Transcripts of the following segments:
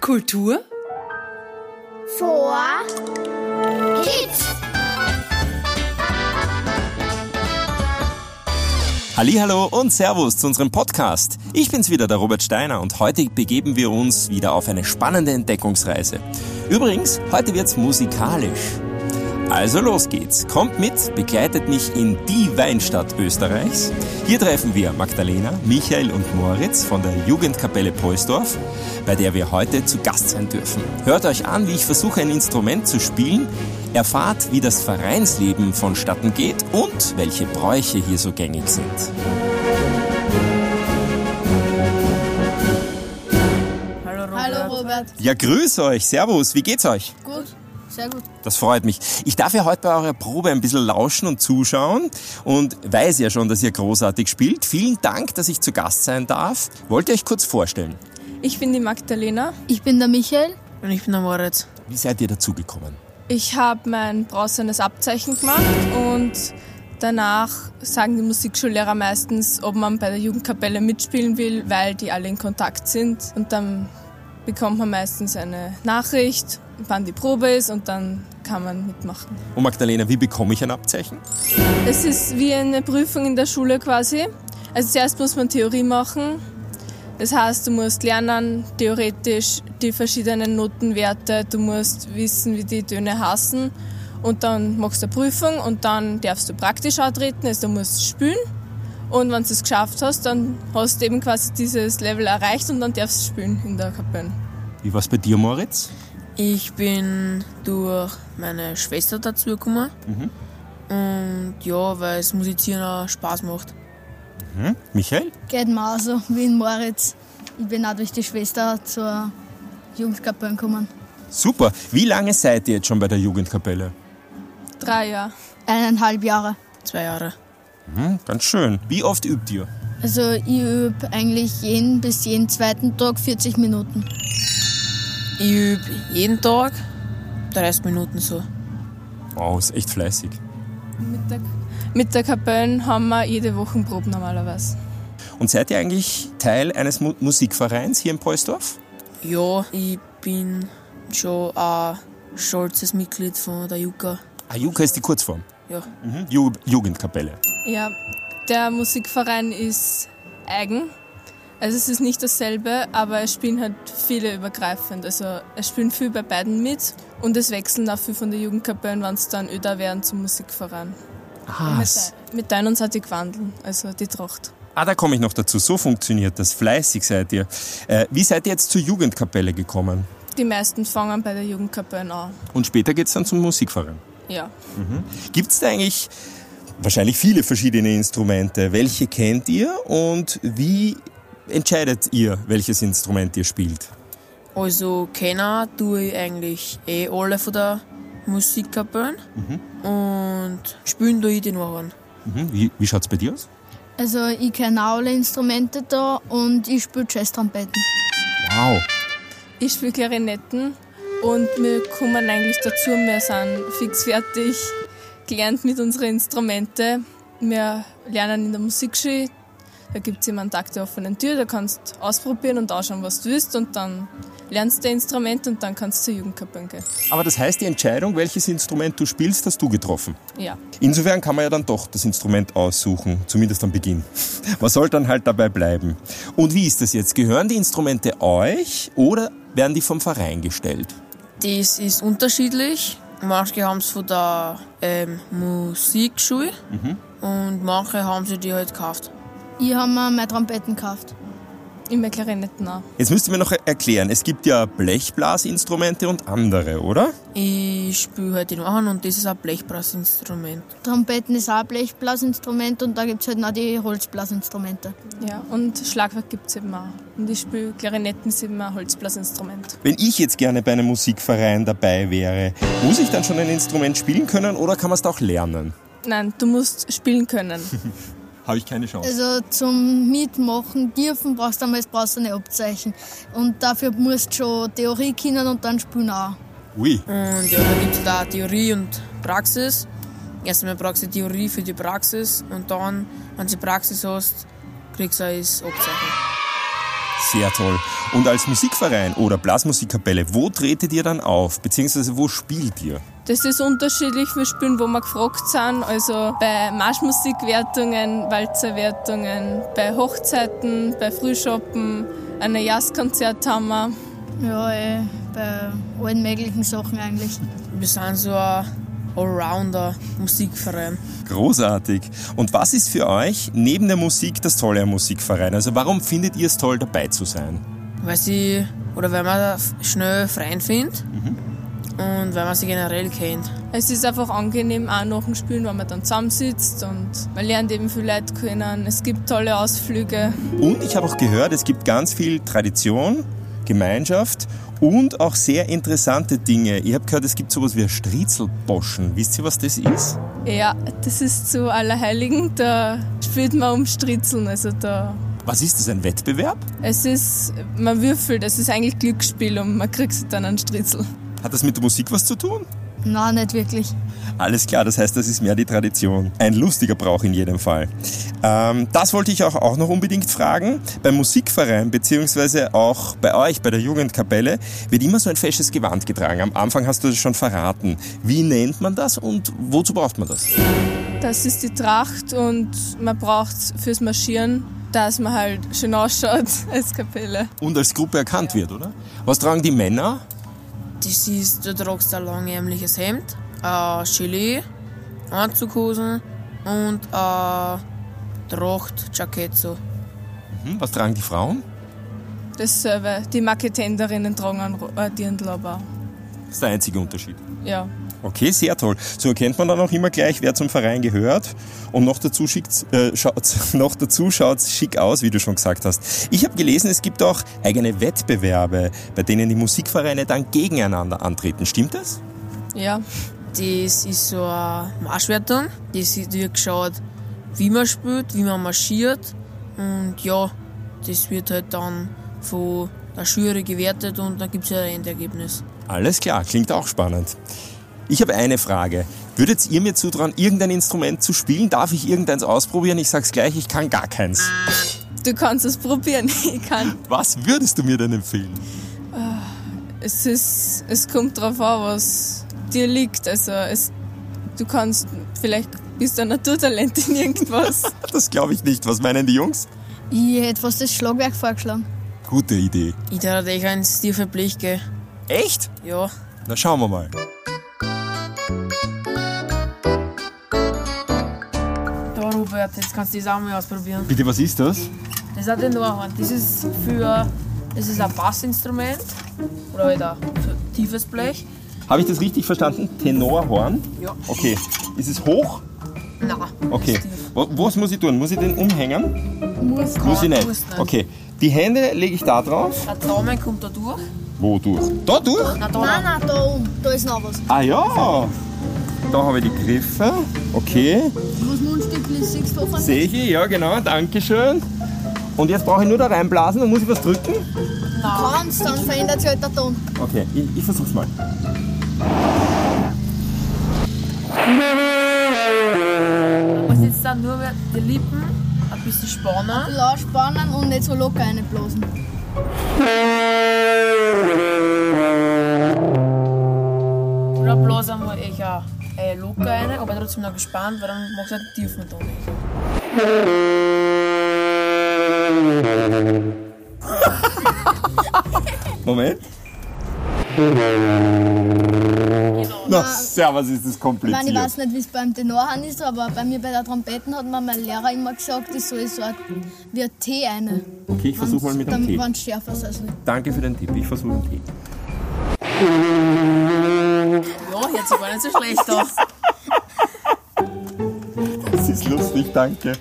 Kultur vor Kids. Hallo und Servus zu unserem Podcast. Ich bin's wieder, der Robert Steiner und heute begeben wir uns wieder auf eine spannende Entdeckungsreise. Übrigens, heute wird's musikalisch. Also los geht's. Kommt mit, begleitet mich in die Weinstadt Österreichs. Hier treffen wir Magdalena, Michael und Moritz von der Jugendkapelle Poisdorf, bei der wir heute zu Gast sein dürfen. Hört euch an, wie ich versuche, ein Instrument zu spielen, erfahrt, wie das Vereinsleben vonstatten geht und welche Bräuche hier so gängig sind. Hallo Robert. Hallo Robert. Ja, grüß euch. Servus. Wie geht's euch? Gut. Sehr gut. Das freut mich. Ich darf ja heute bei eurer Probe ein bisschen lauschen und zuschauen und weiß ja schon, dass ihr großartig spielt. Vielen Dank, dass ich zu Gast sein darf. Wollt ihr euch kurz vorstellen? Ich bin die Magdalena. Ich bin der Michael. Und ich bin der Moritz. Wie seid ihr dazugekommen? Ich habe mein bronzenes Abzeichen gemacht und danach sagen die Musikschullehrer meistens, ob man bei der Jugendkapelle mitspielen will, weil die alle in Kontakt sind. Und dann bekommt man meistens eine Nachricht, wann die Probe ist und dann kann man mitmachen. Und Magdalena, wie bekomme ich ein Abzeichen? Es ist wie eine Prüfung in der Schule quasi. Also zuerst muss man Theorie machen. Das heißt, du musst lernen, theoretisch die verschiedenen Notenwerte, du musst wissen, wie die Töne hassen. Und dann machst du eine Prüfung und dann darfst du praktisch antreten, also du musst spielen. Und wenn du es geschafft hast, dann hast du eben quasi dieses Level erreicht und dann darfst du spielen in der Kapelle. Wie war's bei dir, Moritz? Ich bin durch meine Schwester dazu gekommen. Und ja, weil es Musizieren auch Spaß macht. Michael? Geht mir auch so wie in Moritz. Ich bin auch durch die Schwester zur Jugendkapelle gekommen. Super. Wie lange seid ihr jetzt schon bei der Jugendkapelle? Drei Jahre. Eineinhalb Jahre. Zwei Jahre. Hm, ganz schön. Wie oft übt ihr? Also ich übe eigentlich jeden bis jeden zweiten Tag 40 Minuten. Ich übe jeden Tag 30 Minuten so. Wow, ist echt fleißig. Mit der, mit der Kapelle haben wir jede Woche Proben normalerweise. Und seid ihr eigentlich Teil eines Mu Musikvereins hier in Poisdorf? Ja, ich bin schon ein stolzes Mitglied von der Juka. Ajuka Ah, ist die Kurzform. Ja. Mhm. Ju Jugendkapelle. Ja, der Musikverein ist eigen. Also es ist nicht dasselbe, aber es spielen halt viele übergreifend. Also es spielen viel bei beiden mit und es wechseln auch viel von der Jugendkapelle, wenn es dann öder werden zum Musikverein. Ah, Mit, mit deinen hat die Gewandel, also die Tracht. Ah, da komme ich noch dazu. So funktioniert das. Fleißig seid ihr. Äh, wie seid ihr jetzt zur Jugendkapelle gekommen? Die meisten fangen bei der Jugendkapelle an. Und später geht's dann zum Musikverein. Ja. Gibt's da eigentlich wahrscheinlich viele verschiedene Instrumente? Welche kennt ihr und wie entscheidet ihr, welches Instrument ihr spielt? Also kennen tue ich eigentlich eh alle von der Musikkapelle. Und spielen tue ich die Nachbarn. Mhm. Wie, wie schaut's bei dir aus? Also ich kenne auch alle Instrumente da und ich spiele Jazz-Trompeten. Wow. Ich spiele Klarinetten und wir kommen eigentlich dazu, wir sind fix fertig gelernt mit unseren Instrumenten. Wir lernen in der Musikschule, da gibt es immer einen Tag der offenen Tür, da kannst du ausprobieren und ausschauen, was du willst und dann lernst du ein Instrument und dann kannst du zur Jugendkapelle gehen. Aber das heißt, die Entscheidung, welches Instrument du spielst, hast du getroffen. Ja. Insofern kann man ja dann doch das Instrument aussuchen, zumindest am Beginn. Man soll dann halt dabei bleiben. Und wie ist das jetzt? Gehören die Instrumente euch oder werden die vom Verein gestellt? Das ist unterschiedlich. Manche haben es von der ähm, Musikschule und manche haben sie die halt gekauft. Ich habe mir meine Trompeten gekauft. Immer Klarinetten auch. Jetzt müsst ihr mir noch e- erklären, es gibt ja Blechblasinstrumente und andere, oder? Ich spiele halt die Nachbarn und das ist ein Blechblasinstrument. Trompeten ist auch ein Blechblasinstrument und da gibt es halt noch die Holzblasinstrumente. Ja. Und Schlagwerk gibt es eben auch. Und ich spiele Klarinetten, ist eben ein Holzblasinstrument. Wenn ich jetzt gerne bei einem Musikverein dabei wäre, muss ich dann schon ein Instrument spielen können oder kann man es da auch lernen? Nein, du musst spielen können. Habe ich keine Chance. Also zum Mitmachen dürfen brauchst du einmal das passende Abzeichen. Und dafür musst du schon Theorie kennen und dann spielen auch. Äh, Ui. Und ja, da gibt es da Theorie und Praxis. Erstmal brauchst du die Theorie für die Praxis und dann, wenn du die Praxis hast, kriegst du auch das Abzeichen. Sehr toll. Und als Musikverein oder Blasmusikkapelle, wo tretet ihr dann auf? Beziehungsweise wo spielt ihr? Das ist unterschiedlich. Wir spielen, wo wir gefragt sind. Also bei Marschmusikwertungen, Walzerwertungen, bei Hochzeiten, bei Frühschoppen, ein Jazzkonzert haben wir. Ja, eh, bei allen möglichen Sachen eigentlich. Wir sind so ein Allrounder Musikverein. Großartig. Und was ist für euch neben der Musik das Tolle am Musikverein? Also warum findet ihr es toll, dabei zu sein? Weil sie, oder weil man f- schnell Freien findet und weil man sie generell kennt. Es ist einfach angenehm, auch nach dem Spielen, wenn man dann zusammensitzt und man lernt eben viele Leute kennen. Es gibt tolle Ausflüge. Und ich habe auch gehört, es gibt ganz viel Tradition, Gemeinschaft und auch sehr interessante Dinge. Ich habe gehört, es gibt sowas wie ein Striezelboschen. Wisst ihr, was das ist? Ja, das ist zu Allerheiligen. Da spielt man um Stritzeln. Also da. Was ist das, ein Wettbewerb? Es ist, man würfelt, es ist eigentlich Glücksspiel und man kriegt dann einen Stritzel. Hat das mit der Musik was zu tun? Nein, nicht wirklich. Alles klar, das heißt, das ist mehr die Tradition. Ein lustiger Brauch in jedem Fall. Ähm, das wollte ich auch, auch noch unbedingt fragen. Beim Musikverein, beziehungsweise auch bei euch, bei der Jugendkapelle, wird immer so ein fesches Gewand getragen. Am Anfang hast du das schon verraten. Wie nennt man das und wozu braucht man das? Das ist die Tracht und man braucht fürs Marschieren, dass man halt schön ausschaut als Kapelle. Und als Gruppe erkannt wird, oder? Was tragen die Männer? Das ist, du trägst ein langärmliches Hemd, ein Gilet, Anzughosen und ein Tracht-Jackett. So. Hm, was tragen die Frauen? Dasselbe. Die Marketenderinnen tragen einen Ro- äh, Dirndl, aber Das ist der einzige Unterschied. ja. Okay, sehr toll. So erkennt man dann auch immer gleich, wer zum Verein gehört. Und noch dazu, schickt's, äh, schaut's, noch dazu schaut's schick aus, wie du schon gesagt hast. Ich habe gelesen, es gibt auch eigene Wettbewerbe, bei denen die Musikvereine dann gegeneinander antreten. Stimmt das? Ja. Das ist so eine Marschwertung. Das wird geschaut, wie man spielt, wie man marschiert. Und ja, das wird halt dann von der Jury gewertet und dann gibt es ja ein Endergebnis. Alles klar, klingt auch spannend. Ich habe eine Frage. Würdet ihr mir zutrauen, irgendein Instrument zu spielen? Darf ich irgendeins ausprobieren? Ich sag's gleich, ich kann gar keins. Du kannst es probieren. Ich kann. Was würdest du mir denn empfehlen? Es ist, es kommt drauf an, was dir liegt. Also es, du kannst, vielleicht bist du ein Naturtalent in irgendwas. Das glaube ich nicht. Was meinen die Jungs? Ich hätte fast das Schlagwerk vorgeschlagen. Gute Idee. Ich dachte, ich ein Steve Blech, gell? Echt? Ja. Na schauen wir mal. Da, Robert, jetzt kannst du das auch mal ausprobieren. Bitte, was ist das? Das hat den Nordhorn. Das ist für. Das ist ein Bassinstrument. Oder halt ein t- tiefes Blech. Habe ich das richtig verstanden? Tenorhorn? Ja. Okay. Ist es hoch? Nein. Okay. Wo- Was muss ich tun? Muss ich den umhängen? Muss, kann, Muss ich nicht. Muss nicht. Okay. Die Hände lege ich da drauf. Der Daumen kommt da durch. Wo durch? Da durch? Nein, da Nein, nein, da oben. Da ist noch was. Ah ja. Da habe ich die Griffe. Okay. Was Mundstück ist, siehst du davon? Sehe ich, ja genau. Dankeschön. Und jetzt brauche ich nur da reinblasen und muss ich was drücken? Kannst, dann verändert sich halt der Ton. Okay, ich, ich versuch's mal. muss jetzt dann nur mehr die Lippen ein bisschen spannen. Laut spannen und nicht so locker einblasen. Oder bloß einmal echt auch, äh, locker rein, aber trotzdem noch gespannt, weil dann machst du einen tiefen Ton. Moment. Na, servus, ist das Ich meine, ich kompliziert. weiß nicht, wie es beim Tenorhahn ist, aber bei mir bei der Trompeten hat mir mein Lehrer immer gesagt, ich soll so ein- wie ein Tee eine. Okay, ich versuche mal mit dem Dann Tee. waren es schärfer als nicht. Danke für den Tipp. Ich versuche den Tee. Ja, jetzt aber nicht so schlecht aus. Das ist lustig, danke.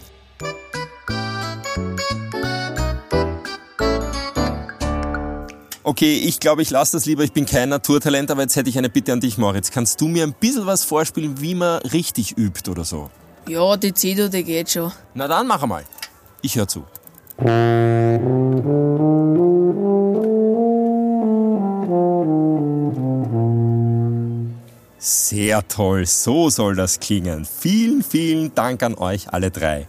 Okay, ich glaube, ich lasse das lieber. Ich bin kein Naturtalent, aber jetzt hätte ich eine Bitte an dich, Moritz. Kannst du mir ein bisschen was vorspielen, wie man richtig übt oder so? Ja, die Zedo, die geht schon. Na dann mach mal. Ich höre zu. Sehr toll, so soll das klingen. Vielen, vielen Dank an euch alle drei.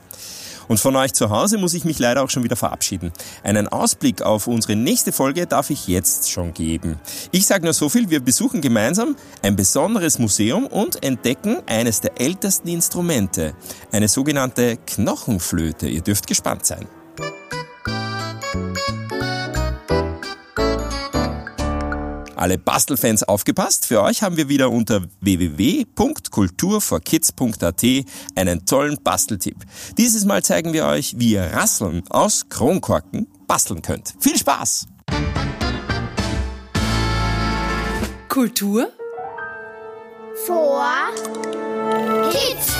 Und von euch zu Hause muss ich mich leider auch schon wieder verabschieden. Einen Ausblick auf unsere nächste Folge darf ich jetzt schon geben. Ich sage nur so viel, wir besuchen gemeinsam ein besonderes Museum und entdecken eines der ältesten Instrumente, eine sogenannte Knochenflöte. Ihr dürft gespannt sein. Alle Bastelfans aufgepasst, für euch haben wir wieder unter www.kulturforkids.at einen tollen Basteltipp. Dieses Mal zeigen wir euch, wie ihr Rasseln aus Kronkorken basteln könnt. Viel Spaß! Kultur Vor Kids.